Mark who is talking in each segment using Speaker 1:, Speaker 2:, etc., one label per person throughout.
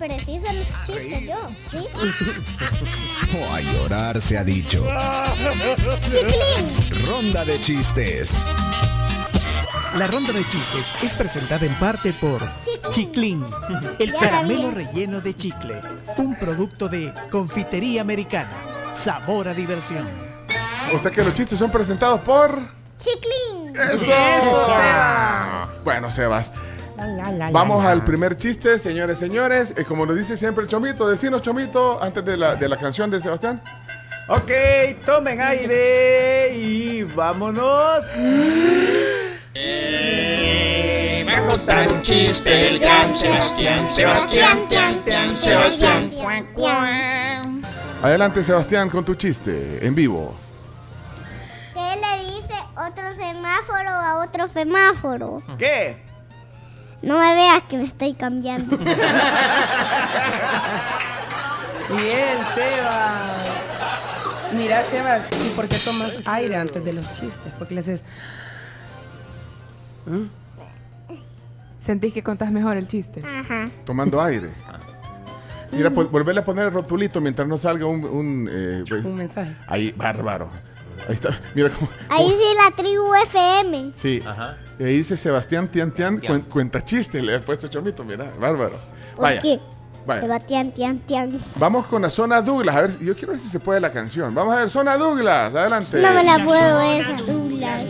Speaker 1: preciso en
Speaker 2: Ah,
Speaker 1: los chistes yo, ¿sí?
Speaker 3: O a llorar se ha dicho. Ronda de chistes.
Speaker 4: La ronda de chistes es presentada en parte por Chiclin, el
Speaker 1: Ya
Speaker 4: caramelo
Speaker 1: sabía.
Speaker 4: relleno de chicle, un producto de confitería americana. Sabor a diversión.
Speaker 5: O sea que los chistes son presentados por.
Speaker 1: Chiclin.
Speaker 5: ¡Eso! Bueno, Sebas. Vamos al primer chiste, señores, señores. Eh, como nos dice siempre el Chomito, decinos Chomito antes de la, de la canción de Sebastián.
Speaker 6: Ok, tomen aire y vámonos.
Speaker 7: Va a contar un chiste el gran Sebastián, Sebastián, tian, tian, Sebastián.
Speaker 1: Tian, tian.
Speaker 5: Adelante, Sebastián, con tu chiste en vivo.
Speaker 1: ¿Qué le dice otro semáforo a otro semáforo?
Speaker 6: ¿Qué?
Speaker 1: No me veas que me estoy cambiando.
Speaker 8: Bien, Sebas. Mira, Sebas, ¿y por qué tomas aire antes de los chistes? Porque le haces. ¿Mm? ¿Sentís que contás mejor el chiste?
Speaker 1: Ajá.
Speaker 5: Tomando aire. Mira, pues, volverle a poner el rotulito mientras no salga un. un, eh, pues,
Speaker 8: Un mensaje.
Speaker 5: ahí, bárbaro. Ahí está. Mira cómo.
Speaker 1: Ahí sí la tribu FM.
Speaker 5: Sí.
Speaker 7: Ajá.
Speaker 5: Y ahí dice Sebastián Tian Tian, cuen- cuenta chiste, le he puesto Chomito, mira, bárbaro.
Speaker 1: ¿Por
Speaker 5: Vaya,
Speaker 1: qué?
Speaker 5: vaya.
Speaker 1: Se va tian, tian, tian.
Speaker 5: Vamos con la zona Douglas, a ver, yo quiero ver si se puede la canción. Vamos a ver, zona Douglas, adelante.
Speaker 1: No me la puedo esa. Douglas.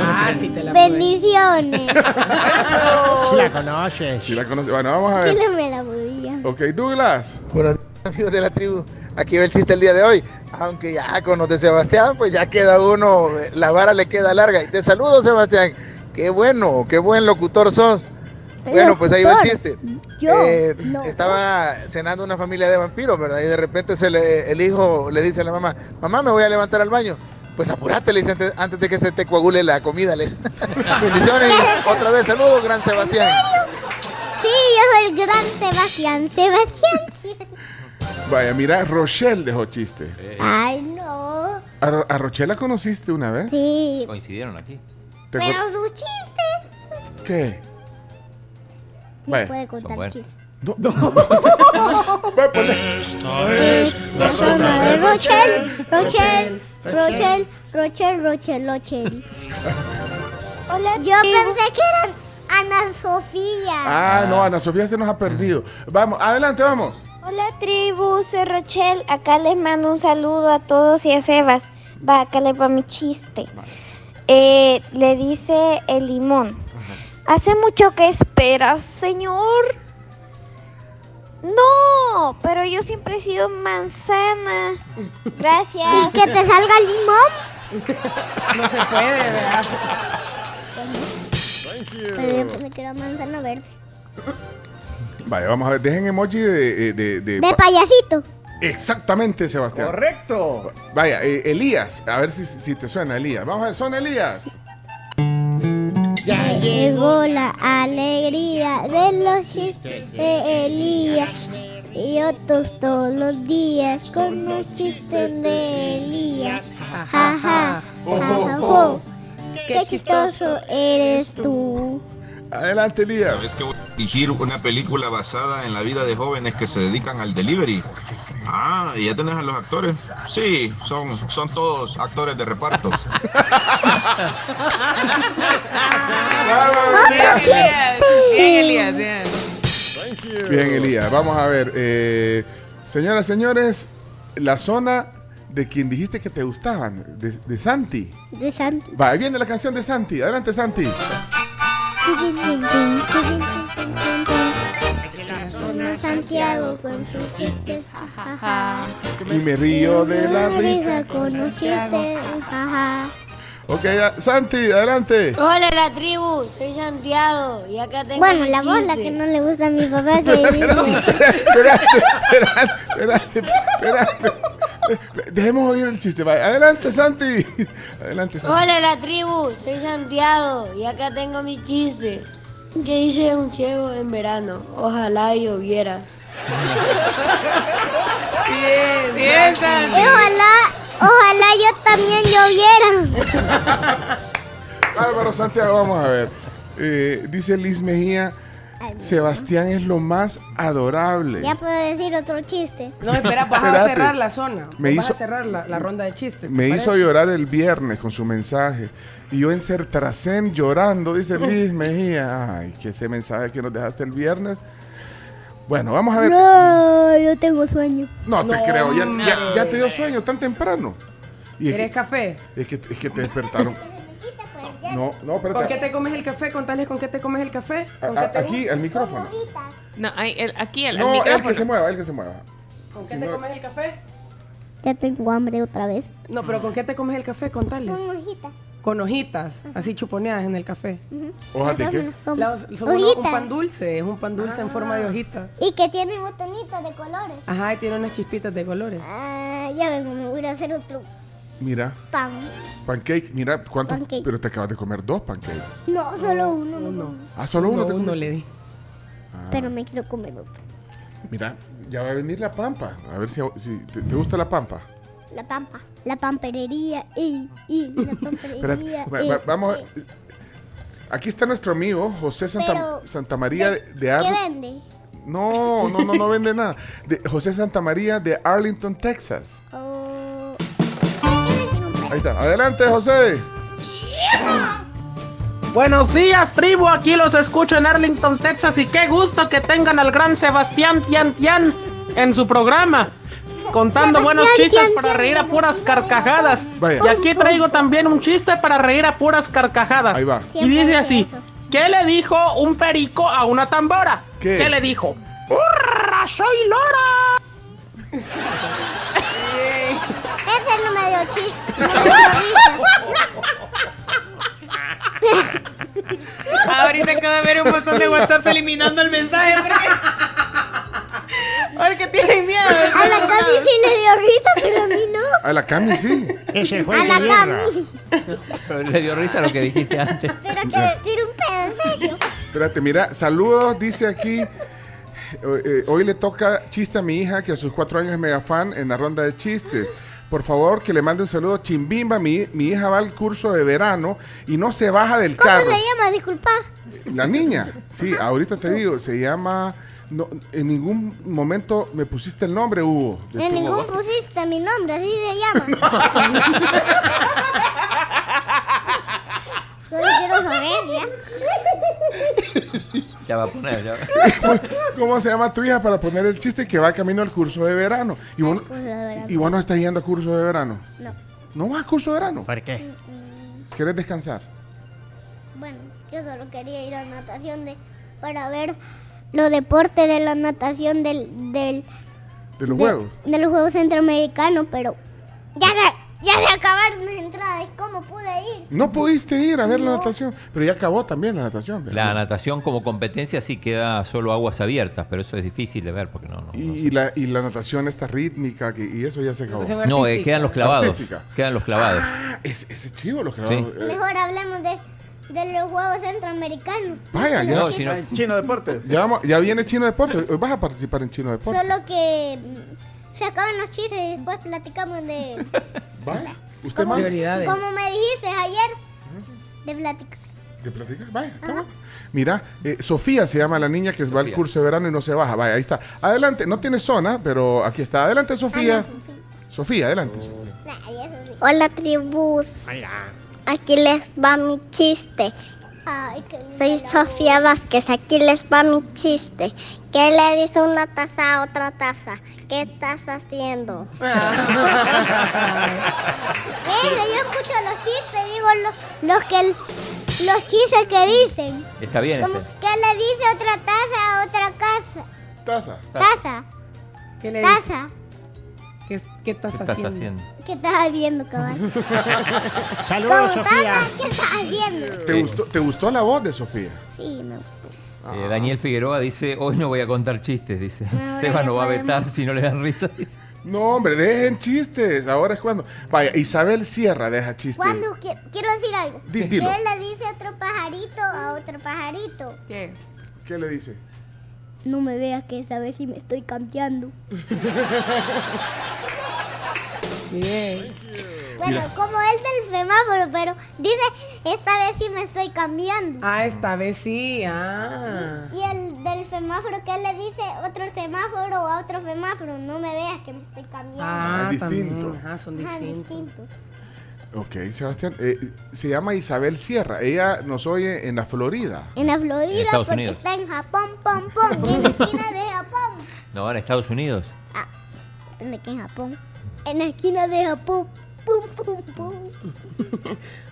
Speaker 8: Ah, sí, te la pude.
Speaker 1: Bendiciones.
Speaker 9: La conoces.
Speaker 5: Si la conoce, bueno, vamos a
Speaker 1: Yo
Speaker 5: ver.
Speaker 1: no me la podía.
Speaker 5: Ok, Douglas.
Speaker 2: Buenos días, amigos de la tribu, aquí va el chiste el día de hoy. Aunque ya con los de Sebastián, pues ya queda uno, eh, la vara le queda larga. Y te saludo, Sebastián. Qué bueno, qué buen locutor sos. Bueno, pues ahí va el
Speaker 1: Doctor,
Speaker 2: chiste.
Speaker 1: Yo.
Speaker 2: Eh,
Speaker 1: no.
Speaker 2: estaba cenando una familia de vampiros, ¿verdad? Y de repente se le- el hijo le dice a la mamá, mamá, me voy a levantar al baño. Pues apurate, le dice, antes, antes de que se te coagule la comida. Le... Bendiciones, otra vez, saludos, gran Sebastián.
Speaker 1: Sí, yo soy el gran Sebastián. Sebastián.
Speaker 5: Vaya, mira, Rochelle dejó chiste.
Speaker 1: Ay, no.
Speaker 5: ¿A, Ro- a Rochelle la conociste una vez?
Speaker 1: Sí.
Speaker 7: Coincidieron aquí.
Speaker 5: ¿Te acuer-
Speaker 1: Pero su chiste.
Speaker 5: ¿Qué?
Speaker 1: No
Speaker 5: Vaya.
Speaker 1: puede
Speaker 7: Son
Speaker 1: contar
Speaker 7: buenos.
Speaker 1: chistes.
Speaker 5: No, no. Vaya, pues,
Speaker 1: La zona de Rochelle, Rochelle, Rochelle, Rochelle, Rochelle, Rochelle. Hola, yo pensé que eran Ana Sofía.
Speaker 5: Ah, no, Ana Sofía se nos ha perdido. Vamos, adelante, vamos.
Speaker 10: Hola tribu, soy Rochelle. Acá les mando un saludo a todos y a Sebas. Va, acá les va mi chiste. Eh, le dice el limón. Hace mucho que esperas, señor. No, pero yo siempre he sido manzana.
Speaker 1: Y
Speaker 10: Gracias.
Speaker 1: que te salga limón.
Speaker 8: No se puede, ¿verdad?
Speaker 1: Pero yo me quiero manzana verde.
Speaker 5: Vaya, vamos a ver, dejen emoji de- de- de- de
Speaker 1: De
Speaker 5: pa-
Speaker 1: payasito.
Speaker 5: Exactamente, Sebastián.
Speaker 6: Correcto.
Speaker 5: Vaya, eh, Elías, a ver si, si te suena Elías. Vamos a ver, son Elías.
Speaker 1: Ya llegó la alegría de los chistes de Elías. Y otros todos los días con los chistes de Elías. Ja, ja, ja, ja, jo. Qué chistoso eres tú.
Speaker 5: Adelante, Elías.
Speaker 11: Es que voy a dirigir una película basada en la vida de jóvenes que se dedican al delivery. Ah, ¿y ya tenés a los actores? Sí, son, son todos actores de reparto.
Speaker 8: Bien, Elías. Bien, Elías, bien.
Speaker 5: Bien, Elías. Vamos a ver. eh, señoras, señores, la zona de quien dijiste que te gustaban, de, de Santi.
Speaker 1: De Santi.
Speaker 5: Va, ahí viene la canción de Santi. Adelante, Santi.
Speaker 1: Santiago con sus chistes, jajaja.
Speaker 5: Y me río de la risa.
Speaker 1: con los chistes, jajaja.
Speaker 5: Ok, ya, Santi, adelante.
Speaker 10: Hola la tribu, soy Santiago y acá tengo
Speaker 1: Bueno, la voz la que no le gusta a mi papá que dice,
Speaker 5: Espérate, espérate, espérate, espérate. Dejemos oír el chiste. Vaya, adelante, Santi. Adelante, Santi.
Speaker 10: Hola la tribu, soy Santiago y acá tengo mi chiste. ¿Qué dice un ciego en verano? Ojalá lloviera.
Speaker 8: Bien, bien, Santi.
Speaker 1: ojalá, ojalá yo también lloviera.
Speaker 5: Álvaro Santiago, vamos a ver. Eh, dice Liz Mejía,
Speaker 1: Ay, mira.
Speaker 5: Sebastián es lo más adorable.
Speaker 1: Ya puedo decir otro chiste.
Speaker 5: No, espera, vas a Espérate. cerrar la
Speaker 8: zona.
Speaker 5: Me
Speaker 8: Vas a
Speaker 5: hizo-
Speaker 8: cerrar la, la ronda de chistes. ¿te
Speaker 5: Me hizo
Speaker 8: parece?
Speaker 5: llorar el viernes con su mensaje. Y yo en Sertracén llorando, dice Liz Mejía. Ay, que ese mensaje que nos dejaste el viernes. Bueno, vamos a ver.
Speaker 1: No, yo tengo sueño.
Speaker 5: No, te creo, ya,
Speaker 1: no.
Speaker 5: ya- ya te dio sueño tan temprano. Y es,
Speaker 8: ¿Quieres
Speaker 5: que,
Speaker 8: café?
Speaker 5: es que- es que te despertaron. No, no,
Speaker 8: ¿Con qué
Speaker 5: espérate.
Speaker 8: te comes el café? Contales con qué te comes el café.
Speaker 5: A-
Speaker 8: ¿Con
Speaker 5: a-
Speaker 8: qué te
Speaker 5: Ah, aquí, al micrófono.
Speaker 12: No, ahí, el- aquí el, el
Speaker 5: No, él
Speaker 12: micrófono.
Speaker 5: que se mueva, él que se mueva.
Speaker 8: ¿Con qué te comes el café?
Speaker 1: Ya tengo hambre otra vez.
Speaker 8: No, pero ¿con qué te comes el café? Contales. Con hojitas. Con hojitas, así chuponeadas en el café.
Speaker 5: ¿Hojas de qué?
Speaker 8: Las- son uno- un
Speaker 1: Hojitas.
Speaker 8: pan dulce, es un pan dulce en forma de
Speaker 12: Ah.
Speaker 8: hojita.
Speaker 1: Y que tienen botonitos de colores.
Speaker 8: Ajá, y tiene unas chispitas de colores.
Speaker 1: Ah, ya vengo, me voy a ir a hacer otro
Speaker 5: Mira,
Speaker 1: pan.
Speaker 5: pancake, mira cuántos.
Speaker 1: Pancake.
Speaker 5: Pero te acabas de comer dos pancakes.
Speaker 1: No, solo uno. no,
Speaker 5: Ah, solo uno.
Speaker 1: No,
Speaker 5: te
Speaker 1: uno
Speaker 5: comiste.
Speaker 8: le di.
Speaker 5: Ah,
Speaker 1: Pero me quiero comer otro.
Speaker 5: mira, ya va a venir la pampa. A ver si, si te, te gusta la pampa.
Speaker 1: La pampa. La pamperería. Y, y, la pamperería.
Speaker 5: Espérate, va-
Speaker 1: y,
Speaker 5: va- vamos. a- Aquí está nuestro amigo José Santa,
Speaker 1: Pero,
Speaker 5: Santa María de, de
Speaker 1: ¿Qué
Speaker 5: Ar-
Speaker 1: vende?
Speaker 5: No, no, no, no vende nada. De José Santa María de Arlington, Texas.
Speaker 1: Oh.
Speaker 5: Ahí está. Adelante, José.
Speaker 13: Buenos días, tribu. Aquí los escucho en Arlington, Texas. Y qué gusto que tengan al gran Sebastián Tian Tian en su programa. Contando buenos chistes para reír a puras carcajadas.
Speaker 5: Vaya.
Speaker 13: Y aquí traigo también un chiste para reír a puras carcajadas. Y dice así: ¿Qué le dijo un perico a una tambora?
Speaker 5: ¿Qué,
Speaker 13: le dijo? ¡Hurra, soy Lora!
Speaker 1: Ese no me dio chiste.
Speaker 12: Ahorita acabo de ver un montón de WhatsApps eliminando el mensaje. Porque, porque tienen miedo.
Speaker 1: A la Cami sí le dio risa, pero a mí no.
Speaker 5: A la Cami, sí.
Speaker 14: Ese
Speaker 1: A la Cami.
Speaker 14: Le dio risa lo que dijiste antes.
Speaker 1: Pero que tira un pedo, en serio.
Speaker 5: Espérate, mira, saludos, dice aquí. eh, eh, hoy le toca chiste a mi hija, que a sus cuatro años es mega fan en la ronda de chistes. Por favor, que le mande un saludo. Chimbimba, mi, mi hija va al curso de verano y no se baja del
Speaker 1: ¿Cómo
Speaker 5: carro.
Speaker 1: se llama? Disculpa.
Speaker 5: La niña, sí, ahorita te digo, se llama. no, en ningún momento me pusiste el nombre, Hugo. de
Speaker 1: En
Speaker 5: tu
Speaker 1: ningún
Speaker 5: voz.
Speaker 1: pusiste mi nombre, así se llama. Solo quiero saber, ¿ya?
Speaker 14: Ya va a poner, ya va.
Speaker 5: Ah, ¿Cómo se llama tu hija para poner el chiste que va camino al curso de verano? Y vos,
Speaker 1: Pues la verdad.
Speaker 5: y vos no estás yendo a curso de verano.
Speaker 1: No.
Speaker 5: ¿No vas a curso de verano?
Speaker 14: ¿Por qué?
Speaker 5: ¿Quieres descansar?
Speaker 1: Bueno, yo solo quería ir a natación de, para ver los deportes de la natación del, del,
Speaker 5: De los
Speaker 1: de-
Speaker 5: juegos.
Speaker 1: de los Juegos Centroamericanos, pero ya se, ya se acabaron las entradas. ¿Cómo pude ir?
Speaker 5: No pudiste ir a ver la
Speaker 1: No.
Speaker 5: natación, pero ya acabó también la natación. ¿verdad?
Speaker 14: La natación como competencia sí queda solo aguas abiertas, pero eso es difícil de ver porque no. no.
Speaker 5: Y, y la, y la natación esta rítmica que, y eso ya se acabó.
Speaker 14: No, eh, quedan los clavados.
Speaker 5: Artística.
Speaker 14: Quedan los clavados.
Speaker 5: Ah, es- ese es chivo los clavados. Eh,
Speaker 1: Mejor hablemos de, de los Juegos Centroamericanos.
Speaker 5: Vaya, ya.
Speaker 14: No, si no-
Speaker 5: Chino Deportes. Ya, vamos- ya viene Chino Deportes. Hoy vas a participar en Chino Deportes.
Speaker 1: Solo que mm, se acaban los chistes y después platicamos de...
Speaker 5: Vaya. Usted
Speaker 1: como,
Speaker 5: manda.
Speaker 1: como me dijiste ayer, de platicar.
Speaker 5: ¿Te platicas? Vaya. está bueno. Mira, eh, Sofía se llama la niña que va al curso de verano y no se baja. Vaya, ahí está. Adelante. No tiene zona, pero aquí está. Adelante, Sofía. Sofía, adelante. Sofía.
Speaker 15: Hola tribus, aquí les va mi chiste. Soy Sofía Vázquez, aquí les va mi chiste. ¿Qué le dice una taza a otra taza? ¿Qué estás haciendo?
Speaker 1: Pero yo escucho los chistes, digo lo- los que los chistes que dicen.
Speaker 14: Está bien
Speaker 1: Como,
Speaker 14: este.
Speaker 1: ¿Qué le dice otra taza a otra casa?
Speaker 5: Taza.
Speaker 1: Taza.
Speaker 8: ¿Qué le dice?
Speaker 1: Taza.
Speaker 8: ¿Qué, qué estás
Speaker 14: ¿Qué
Speaker 8: haciendo?
Speaker 14: estás haciendo?
Speaker 1: ¿Qué estás haciendo, cabal?
Speaker 14: Saludos,
Speaker 1: Como,
Speaker 14: Sofía.
Speaker 1: "Taza, ¿Qué estás haciendo?
Speaker 5: ¿Te, gustó, ¿Te gustó la voz de Sofía?
Speaker 1: Sí, me
Speaker 14: Eh, Daniel Figueroa dice, hoy no voy a contar chistes, dice.
Speaker 1: ahora
Speaker 14: Seba
Speaker 1: ya
Speaker 14: no va a
Speaker 1: podemos.
Speaker 14: vetar si no le dan risa. dice.
Speaker 5: No, hombre, dejen chistes. Ahora es cuando. Vaya, Isabel Sierra deja chistes.
Speaker 1: Cuando qui- quiero decir algo.
Speaker 5: Di-
Speaker 1: Él
Speaker 5: dilo.
Speaker 1: le dice otro pajarito a otro pajarito. ¿Qué?
Speaker 5: ¿Qué le dice?
Speaker 1: No me veas que sabes si me estoy cambiando.
Speaker 8: Bien.
Speaker 1: Bueno, como el del semáforo, pero dice, esta vez sí me estoy cambiando.
Speaker 8: Ah, esta vez sí, ah.
Speaker 1: Y el del semáforo, que él le dice otro semáforo a otro semáforo. No me veas que me estoy cambiando.
Speaker 5: Ah, es distinto.
Speaker 8: también, ajá,
Speaker 16: Ah,
Speaker 8: son
Speaker 1: Ajá,
Speaker 8: distintos.
Speaker 1: distinto.
Speaker 5: Ok, Sebastián. Eh, se llama Isabel Sierra. Ella nos oye en la Florida.
Speaker 1: En la Florida,
Speaker 14: Estados
Speaker 1: porque
Speaker 14: Unidos.
Speaker 1: está en Japón, pom, pom, en la esquina de Japón.
Speaker 14: No, en Estados Unidos.
Speaker 1: Depende que en Japón. En la esquina de Japón. Pum, pum, pum.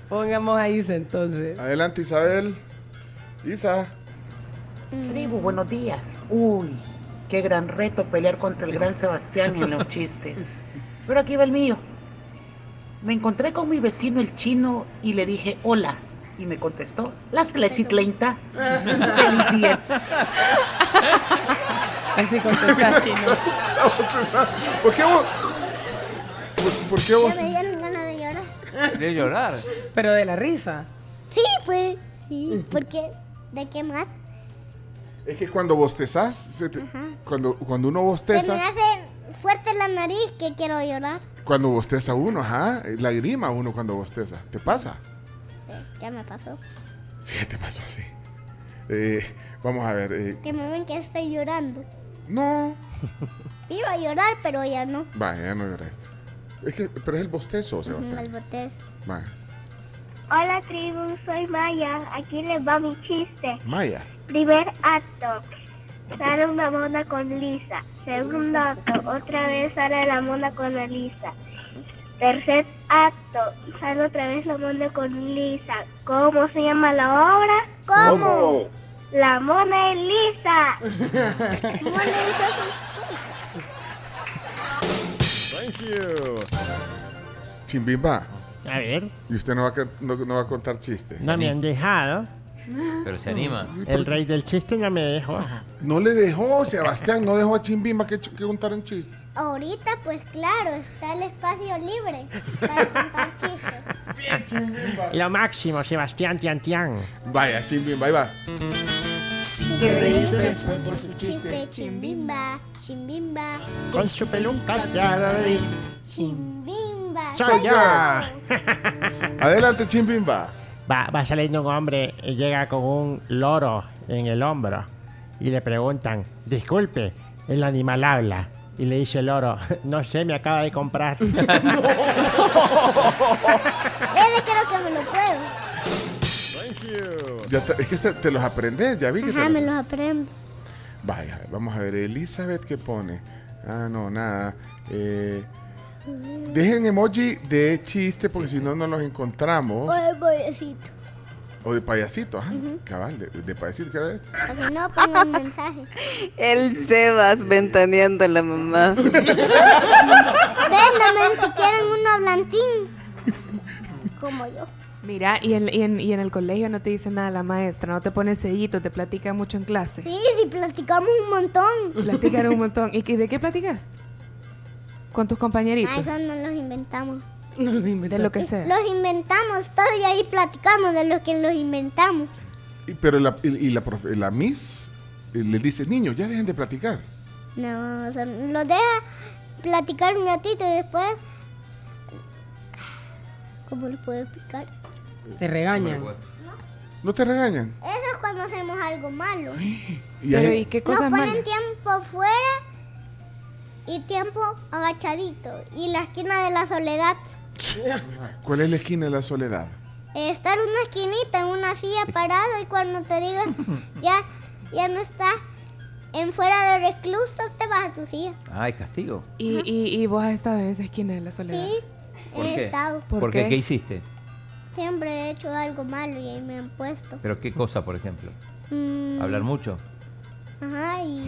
Speaker 8: Pongamos ahí entonces.
Speaker 5: Adelante, Isabel. Isa.
Speaker 17: Tribu, buenos días. Uy, qué gran reto pelear contra el gran Sebastián en los chistes. Pero aquí va el mío. Me encontré con mi vecino el chino y le dije hola. Y me contestó, las 3 y 30. Feliz día.
Speaker 5: Ah.
Speaker 8: Así contestás, chino.
Speaker 5: ¿Por qué vos? ¿Por, por qué vos?
Speaker 1: Ya me dieron ganas de llorar.
Speaker 14: De llorar.
Speaker 8: Pero de la risa.
Speaker 1: Sí, pues. Sí, porque. ¿De qué más?
Speaker 5: Es que cuando bostezas, se te- cuando, cuando uno
Speaker 1: Se me
Speaker 5: bosteza,
Speaker 1: hace fuerte la nariz que quiero llorar.
Speaker 5: cuando bosteza uno, ajá, eh, lagrima uno cuando bosteza. ¿Te pasa?
Speaker 1: Eh, Ya me pasó.
Speaker 5: Sí, te pasó, sí. Eh, vamos a ver. eh,
Speaker 1: Que me ven que estoy llorando.
Speaker 5: No.
Speaker 1: Iba a llorar, pero ya no.
Speaker 5: Vaya, ya no llores. Es que, pero es el bostezo, Sebastián.
Speaker 1: El botes.
Speaker 5: Vaya.
Speaker 1: Hola tribu, soy Maya. Aquí les va mi chiste.
Speaker 5: Maya.
Speaker 1: Primer acto. Sale una mona con Lisa. Segundo acto. Otra vez sale la mona con Lisa. Tercer acto. Sale otra vez la mona con Lisa. ¿Cómo se llama la obra?
Speaker 18: ¿Cómo?
Speaker 1: La mona es Lisa. mona Elisa es un
Speaker 18: Thank you.
Speaker 5: Chimbimba.
Speaker 19: A ver.
Speaker 5: Y usted no va a, que- no, no va a contar chistes.
Speaker 19: No me han dejado.
Speaker 14: Pero se anima.
Speaker 19: El rey del chiste no me dejó.
Speaker 5: No le dejó, Sebastián, no dejó a Chimbimba que, ch- que contara un chiste.
Speaker 1: Ahorita, pues claro, está el espacio libre para contar chistes.
Speaker 19: Lo máximo, Sebastián Tian Tian.
Speaker 5: Vaya, Chimbimba, ahí va.
Speaker 19: te reíste
Speaker 1: fue por su chiste. Chimbimba, chimbimba,
Speaker 19: Con su peluca te hará reír.
Speaker 1: chimbimba.
Speaker 19: ¡Soy yo!
Speaker 5: Adelante, Chimbimba.
Speaker 19: Va, va saliendo un hombre y llega con un loro en el hombro. Y le preguntan, disculpe, el animal habla. Y le dice el loro, no sé, me acaba de comprar.
Speaker 1: Debe creo que me lo puedo.
Speaker 18: Thank you.
Speaker 5: Ya te- es que se- te los aprendes, ya vi que te
Speaker 1: Ajá,
Speaker 5: los-
Speaker 1: me los aprendo.
Speaker 5: Vaya, vamos a ver, Elizabeth, ¿qué pone? Ah, no, nada. Eh, dejen emoji de chiste porque si no, no los encontramos.
Speaker 1: Oye, boyecito.
Speaker 5: O de payasito, ajá.
Speaker 1: Ujú.
Speaker 5: Cabal, de, de payasito, ¿qué era este. esto?
Speaker 1: O si no, pongo un mensaje.
Speaker 20: El Sebas ventaneando a la mamá.
Speaker 1: Véndame si quieren uno hablantín. Como yo.
Speaker 16: Mira, y en, y, en, y en el colegio no te dice nada la maestra, no te pone sellito, te platica mucho en clase.
Speaker 1: Sí, sí, platicamos un montón.
Speaker 16: Platican un montón. ¿Y qué- de qué platicas? Con tus
Speaker 1: Ah,
Speaker 16: compañeritos.
Speaker 1: eso no los inventamos.
Speaker 16: De lo que sea.
Speaker 1: Los inventamos todos y ahí platicamos de lo que los inventamos.
Speaker 5: Y- pero la, y, y la, profe- la Miss eh, le dice, niños, ya dejen de platicar.
Speaker 1: No, o sea, los deja platicar un ratito y después. ¿Cómo les puedo explicar?
Speaker 8: Te regañan.
Speaker 5: ¿No te regañan?
Speaker 1: Eso es cuando hacemos algo malo.
Speaker 5: Y hay-
Speaker 1: Nos ponen tiempo fuera y tiempo agachadito. Y la esquina de la soledad.
Speaker 5: ¿Cuál es la esquina de la soledad?
Speaker 1: Eh, Estar en una esquinita, en una silla parado y cuando te digan ya, ya no estás en fuera del recluso, te vas a tu silla.
Speaker 14: Ay, Ah, castigo.
Speaker 16: Y, y, y vos has estado en esa esquina de la soledad.
Speaker 1: Sí,
Speaker 14: ¿Por
Speaker 1: he
Speaker 14: qué?
Speaker 1: estado.
Speaker 14: ¿Por qué? ¿Qué hiciste?
Speaker 1: Siempre he hecho algo malo y ahí me han puesto.
Speaker 14: ¿Pero qué cosa, por ejemplo?
Speaker 1: Mm,
Speaker 14: ¿Hablar mucho?
Speaker 1: Ajá, y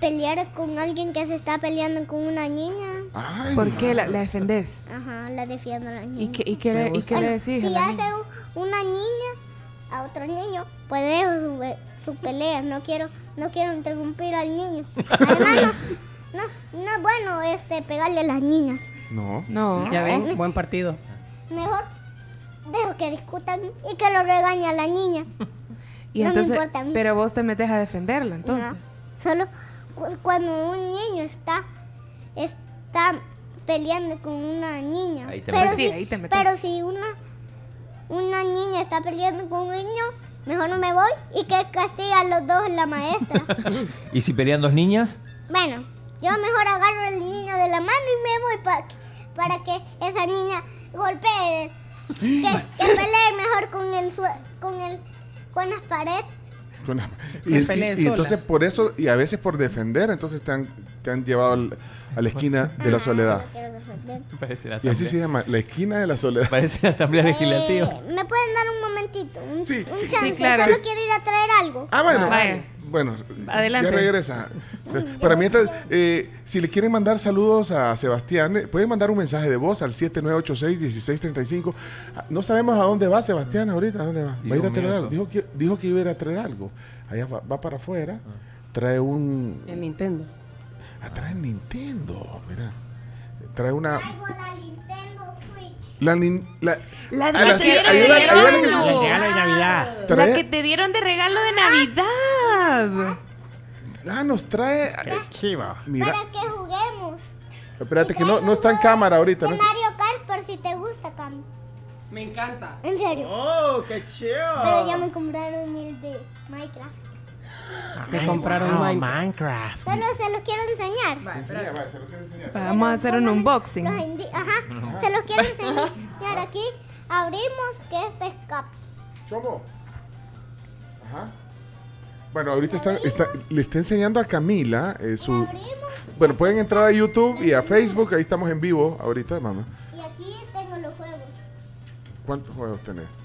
Speaker 1: pelear con alguien que se está peleando con una niña.
Speaker 8: Ah.
Speaker 16: ¿Por qué la, la defendés?
Speaker 1: Ajá, la defiendo a la niña.
Speaker 16: ¿Y qué, y qué, le, y qué le decís? a
Speaker 1: Si
Speaker 16: la
Speaker 1: hace
Speaker 16: niña?
Speaker 1: un- una niña a otro niño, pues dejo su, pe- su pelea. No quiero, no quiero interrumpir al niño. Además, no, no, no es bueno este, pegarle a las niñas.
Speaker 5: No.
Speaker 16: No.
Speaker 8: Ya ven, buen partido.
Speaker 1: Mejor dejo que discutan y que lo regañe a la niña.
Speaker 16: Y
Speaker 1: no me
Speaker 16: entonces,
Speaker 1: importa a mí.
Speaker 16: pero vos te metes a defenderla, entonces.
Speaker 1: No, Solo cu- cuando un niño está, está peleando con una niña.
Speaker 16: Ahí te
Speaker 1: pero
Speaker 16: metes.
Speaker 1: si,
Speaker 16: Sí, ahí te metes.
Speaker 1: Pero si una, una niña está peleando con un niño, Mejor no me voy y que castiga a los dos la maestra.
Speaker 14: ¿Y si pelean dos niñas?
Speaker 1: bueno, yo mejor agarro al niño de la mano y me voy pa- para que esa niña golpee. Que, que pelee mejor con el sue- con el con las paredes.
Speaker 5: Con la-
Speaker 1: Me
Speaker 5: y, y-
Speaker 1: peleé
Speaker 5: y
Speaker 1: sola.
Speaker 5: entonces por eso, y a veces por defender, entonces te han, te han llevado al- a la esquina de la soledad.
Speaker 14: Parece la
Speaker 5: Y así se
Speaker 14: asamblea,
Speaker 5: llama, la esquina de la soledad.
Speaker 14: parece la asamblea legislativa.
Speaker 1: Eh, ¿Me pueden dar un momentito? Un, un chance.
Speaker 5: claro.
Speaker 1: Solo
Speaker 5: Sí.
Speaker 1: quiero ir a traer algo.
Speaker 5: Ah, bueno.
Speaker 1: Vaya.
Speaker 5: Bueno,
Speaker 1: Adelante.
Speaker 5: ya regresa. O sea, Para mientras, eh, si le quieren mandar saludos a Sebastián, eh, pueden mandar un mensaje de voz al 7986-1635. Ah, No sabemos a dónde va Sebastián ahorita, ¿a dónde va? Va a ir a
Speaker 21: Dios
Speaker 5: traer
Speaker 21: mío,
Speaker 5: algo. Dijo que, dijo que iba a ir a traer algo. Allá va, va para afuera, trae un...
Speaker 8: El Nintendo.
Speaker 5: Ah, trae Nintendo, mira. Trae una... La Nintendo Switch. La,
Speaker 12: La de
Speaker 5: a
Speaker 12: la
Speaker 5: sí,
Speaker 12: tierra
Speaker 5: ayúdale-
Speaker 12: de verano.
Speaker 5: ayúdale que se-
Speaker 12: El regalo de
Speaker 9: Navidad.
Speaker 12: La
Speaker 8: ¿eh?
Speaker 5: Trae-
Speaker 12: que te dieron de regalo de Navidad.
Speaker 5: Ah, nos trae.
Speaker 9: Chiva.
Speaker 5: Mira,
Speaker 1: Para que juguemos.
Speaker 5: espérate que no, no está en cámara ahorita. no
Speaker 1: De
Speaker 5: está-
Speaker 1: Mario Kart por si te gusta, Cam.
Speaker 8: Me encanta.
Speaker 1: En serio.
Speaker 8: Oh, qué chido.
Speaker 1: Pero ya me compraron el de Minecraft.
Speaker 8: Te compraron
Speaker 9: wow,
Speaker 8: Minecraft.
Speaker 9: Minecraft.
Speaker 1: Solo se los quiero enseñar.
Speaker 5: Enseña, va, se lo quiero enseñar.
Speaker 12: Vamos a hacer un unboxing.
Speaker 1: Los indi- Ajá. Se los quiero enseñar aquí. Abrimos que este es Cap.
Speaker 5: ¿Cómo? Ajá. Bueno, ahorita está, está- le está enseñando a Camila eh, su. Bueno, pueden entrar a YouTube y a Facebook, ahí estamos en vivo ahorita, mamá.
Speaker 1: Y aquí tengo los juegos.
Speaker 5: ¿Cuántos juegos tenés?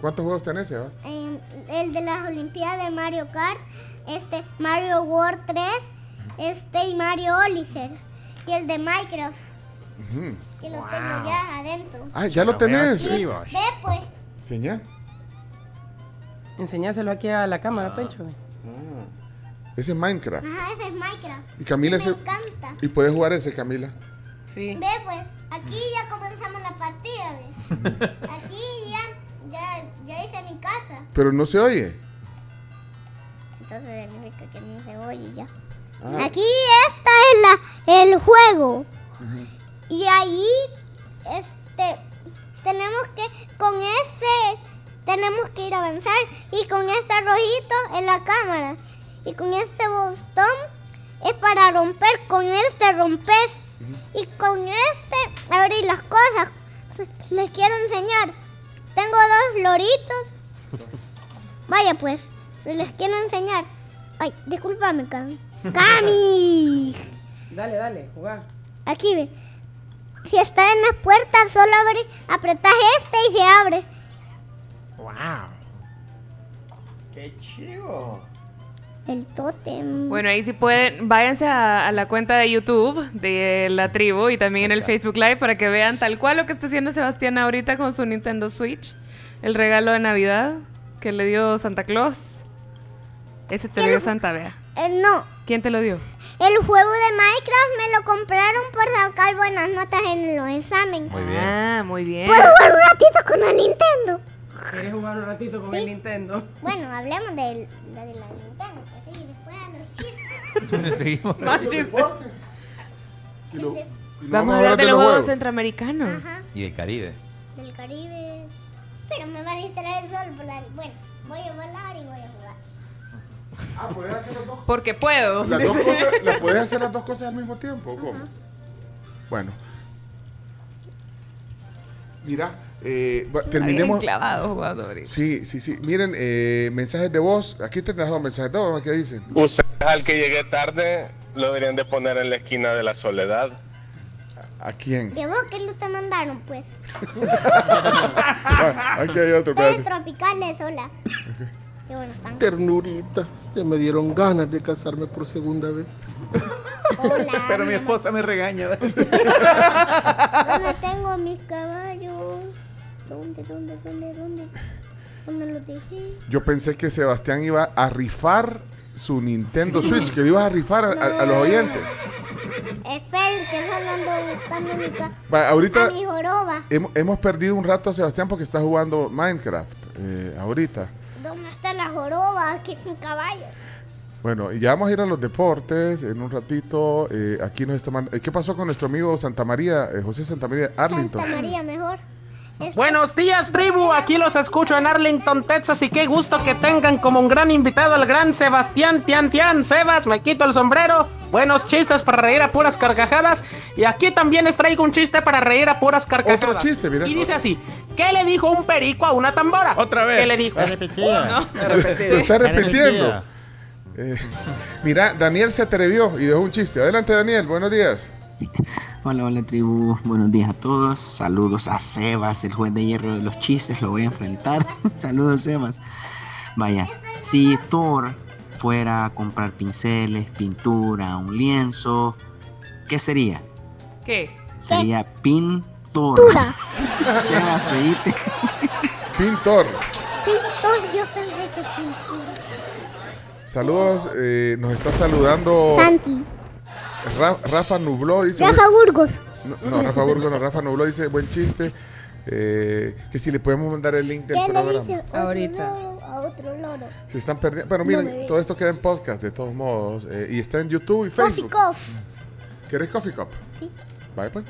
Speaker 5: ¿Cuántos juegos tenés, Sebas?
Speaker 1: Em, el de las Olimpiadas de Mario Kart. Este, Mario World 3. Este y Mario Odyssey. Y el de Minecraft.
Speaker 5: Ujú.
Speaker 1: Que lo tengo ya adentro.
Speaker 5: Ah, ya lo tenés.
Speaker 1: Y- Ve pues.
Speaker 5: Enseñá.
Speaker 8: Enseñáselo aquí a la cámara, Pencho.
Speaker 5: Ese es Minecraft.
Speaker 1: Ajá, ese es Minecraft.
Speaker 5: Y
Speaker 1: me
Speaker 5: Camila ese-
Speaker 1: encanta.
Speaker 5: Y puedes jugar ese, Camila.
Speaker 8: Sí.
Speaker 1: Ve pues, aquí ya comenzamos la partida, ¿ves? Aquí ya, ya, ya hice mi casa.
Speaker 5: Pero no se oye.
Speaker 1: Entonces significa que no se oye ya.
Speaker 5: Ah.
Speaker 1: Aquí esta es la, el juego. Y ahí, este, tenemos que, con ese, tenemos que ir a avanzar. Y con este rojito es la cámara. Y con este botón es para romper. Con este rompes. Y con este abrir las cosas. Les quiero enseñar. Tengo dos loritos. Vaya pues, se les quiero enseñar. Ay, discúlpame, Cami. ¡Cami!
Speaker 8: Dale, dale, jugá.
Speaker 1: Aquí ve. Si está en las puertas, solo abre, apretas este y se abre.
Speaker 9: Wow. Qué chivo.
Speaker 1: El tótem.
Speaker 12: Bueno, ahí sí pueden, váyanse a, a la cuenta de YouTube de la tribu y también en el Facebook Live para que vean tal cual lo que está haciendo Sebastián ahorita con su Nintendo Switch, el regalo de Navidad que le dio Santa Claus. Ese te lo dio Santa Bea.
Speaker 1: Eh, no,
Speaker 12: ¿Quién te lo dio?
Speaker 1: el juego de Minecraft me lo compraron por sacar buenas notas en los exámenes.
Speaker 12: Muy bien. Ah, muy bien.
Speaker 1: ¿Puedo jugar un ratito con el Nintendo?
Speaker 8: ¿Quieres jugar un ratito con el Nintendo?
Speaker 1: Bueno, hablemos de la, de la Nintendo. pues, y después a los chistes.
Speaker 14: Seguimos.
Speaker 12: Más chistes.
Speaker 5: Ah, Y lo- y lo
Speaker 12: Vamos a hablar de los
Speaker 5: los
Speaker 12: juegos
Speaker 5: huevos.
Speaker 12: centroamericanos.
Speaker 14: Y el Caribe.
Speaker 1: del Caribe. Pero me va a distraer el sol volar. y- Bueno, voy a volar y voy a jugar.
Speaker 5: Ah, puedes hacer los dos.
Speaker 12: Porque puedo.
Speaker 5: Las dos cosas, ¿la puedes hacer las dos cosas al mismo tiempo? ¿Cómo? Bueno. Mira, eh, va- terminemos.
Speaker 12: clavado,
Speaker 5: Sí, sí, sí. Miren, eh, mensajes de voz. Aquí te dejo mensajes de voz. ¿Qué dicen?
Speaker 22: Ustedes al que llegué tarde lo deberían de poner en la esquina de la soledad.
Speaker 5: ¿A quién?
Speaker 1: De vos que lo te mandaron, pues.
Speaker 5: Aquí hay otro,
Speaker 1: Ustedes
Speaker 5: espérate.
Speaker 1: tropicales, hola. Qué bueno están.
Speaker 23: Ternurita, ya me dieron ganas de casarme por segunda vez.
Speaker 21: Pero mi esposa me regaña.
Speaker 1: ¿Dónde tengo mis caballos? ¿Dónde, dónde, dónde, dónde? ¿Dónde los dejé?
Speaker 5: Yo pensé que Sebastián iba a rifar su Nintendo Switch, que lo ibas a rifar a, a- a los oyentes.
Speaker 1: Esperen, que solo ando buscando mi ca-
Speaker 5: Va, ahorita-
Speaker 1: a mi joroba.
Speaker 5: Hemos, hemos perdido un rato a Sebastián porque está jugando Minecraft eh, ahorita.
Speaker 1: ¿Dónde está la joroba? Aquí es mi caballo.
Speaker 5: Bueno, y ya vamos a ir a los deportes en un ratito. Eh, aquí nos está mandando. ¿Qué pasó con nuestro amigo Santa María, eh, José Santa María Arlington?
Speaker 1: Santa María, mejor.
Speaker 13: Buenos días, tribu. Aquí los escucho en Arlington, Texas. Y qué gusto que tengan como un gran invitado al gran Sebastián Tian Tian. Sebas, me quito el sombrero. Buenos chistes para reír a puras carcajadas. Y aquí también les traigo un chiste para reír a puras carcajadas.
Speaker 5: Otro chiste, mira.
Speaker 13: Y dice así: ¿Qué le dijo un perico a una tambora? Otra
Speaker 5: vez.
Speaker 13: ¿Qué le dijo?
Speaker 5: Está repetida.
Speaker 13: este,
Speaker 5: Lo está repitiendo. Eh, mira, Daniel se atrevió y dejó un chiste. Adelante, Daniel. Buenos días.
Speaker 24: Hola, hola tribu, buenos días a todos. Saludos a Sebas, el juez de hierro de los chistes, lo voy a enfrentar. Saludos Sebas. Vaya, si Thor fuera a comprar pinceles, pintura, un lienzo, ¿qué sería?
Speaker 12: ¿Qué?
Speaker 24: Sería pintor.
Speaker 1: Pintura.
Speaker 24: Sebas, reíste.
Speaker 5: Pintor.
Speaker 1: Pintor, yo pensé que pintura.
Speaker 5: Saludos. eh, nos está saludando
Speaker 1: Santi.
Speaker 5: Ra- Rafa Nubló. Dice,
Speaker 1: Rafa Burgos.
Speaker 5: No, no, Rafa Burgos, no, Rafa Nubló dice, buen chiste. Eh, que si le podemos mandar el link del
Speaker 1: ¿Qué le
Speaker 5: programa.
Speaker 1: dice otro
Speaker 8: Ahorita.
Speaker 1: loro a otro loro?
Speaker 5: Se están perdiendo. Pero
Speaker 1: No
Speaker 5: miren,
Speaker 1: me ve.
Speaker 5: todo esto queda en podcast, de todos modos. eh, y está en YouTube y
Speaker 1: Coffee
Speaker 5: Facebook.
Speaker 1: Cough.
Speaker 5: ¿Querés Coffee Cup?
Speaker 1: Sí.
Speaker 5: Vale, pues.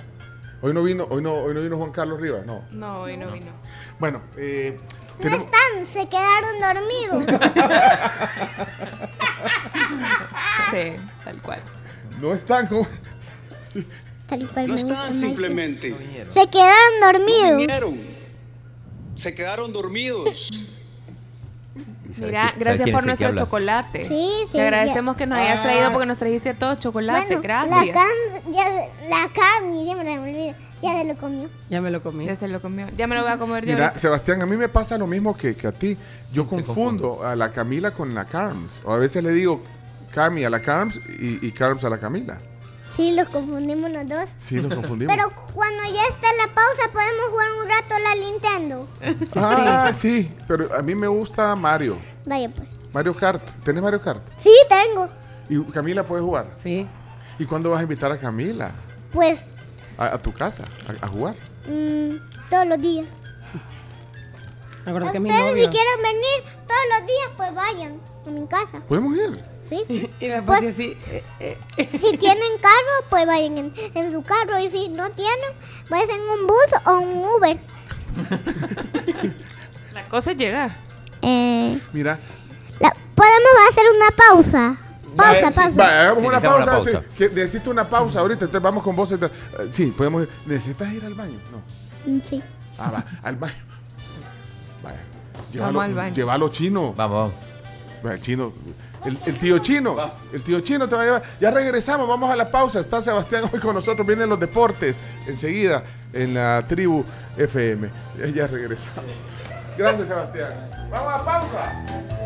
Speaker 5: Hoy no vino, hoy no, hoy no vino Juan Carlos Rivas, no.
Speaker 12: No, hoy no vino.
Speaker 5: Bueno, eh,
Speaker 1: No
Speaker 5: tenemos-
Speaker 1: están, se quedaron dormidos.
Speaker 12: Sí, tal cual.
Speaker 5: no están como.
Speaker 1: Tal cual me gusta más.
Speaker 25: simplemente.
Speaker 1: Se quedaron dormidos.
Speaker 25: Vinieron. Se quedaron dormidos.
Speaker 12: Mira,
Speaker 25: quién- sabe
Speaker 12: gracias por
Speaker 25: quién es el que
Speaker 12: nuestro
Speaker 25: habla?
Speaker 12: chocolate.
Speaker 1: Sí, sí,
Speaker 12: Te agradecemos
Speaker 1: ya.
Speaker 12: que nos hayas
Speaker 1: Ah.
Speaker 12: traído porque nos trajiste a todos chocolate.
Speaker 1: Bueno, La
Speaker 12: gracias.
Speaker 1: Cam, ya, la Cami, ya me la olvidé, ya se lo comió.
Speaker 8: Ya me lo comí.
Speaker 12: Ya se lo comió. Ya me lo voy a comer yo.
Speaker 5: Mira,
Speaker 12: ahorita.
Speaker 5: Sebastián, a mí me pasa lo mismo que, que a ti. Yo confundo a la Camila con la Carms. O a veces le digo Cami a la Carms y, y Carms a la Camila.
Speaker 1: Sí, los confundimos los dos.
Speaker 5: Sí, los confundimos.
Speaker 1: Pero cuando ya está la pausa, podemos jugar un rato a la Nintendo.
Speaker 5: Ah, sí. Pero a mí me gusta Mario.
Speaker 1: Vaya, pues.
Speaker 5: Mario Kart. ¿Tenés Mario Kart?
Speaker 1: Sí, tengo.
Speaker 5: ¿Y Camila puede jugar?
Speaker 8: Sí.
Speaker 5: ¿Y cuándo vas a invitar a Camila?
Speaker 1: Pues,
Speaker 5: A, a tu casa, a, a jugar.
Speaker 1: mm, todos los días.
Speaker 8: Me acuerdo que mi
Speaker 1: Ustedes, si
Speaker 8: novio.
Speaker 1: quieren venir todos los días, pues vayan a mi casa.
Speaker 5: ¿Podemos ir?
Speaker 1: ¿sí?
Speaker 8: Y la
Speaker 1: Pues,
Speaker 8: Pati así. eh, eh,
Speaker 1: si tienen carro, pues vayan en, en su carro. Y si no tienen, pues en un bus o un Uber.
Speaker 12: La cosa es llegar.
Speaker 1: Eh,
Speaker 5: Mira.
Speaker 1: la- podemos hacer una pausa. Pausa,
Speaker 5: Vaya,
Speaker 1: pausa.
Speaker 5: vaya, hagamos una
Speaker 1: Necesitamos
Speaker 5: pausa.
Speaker 1: una
Speaker 5: sí. Que necesito una pausa ahorita. Entonces vamos con voces. de- eh, sí, podemos ir. ¿Necesitas ir al baño? No.
Speaker 1: Mm, Sí.
Speaker 5: Ah, va, al baño. Vaya.
Speaker 1: Vamos al baño.
Speaker 5: Llévalo chino. Vamos, vamos. Chino. El, el tío chino. El tío chino te va a llevar. Ya regresamos, vamos a la pausa. Está Sebastián hoy con nosotros. Vienen los deportes enseguida en la tribu FM. Ya- Ya regresamos. Grande Sebastián. Vamos a pausa.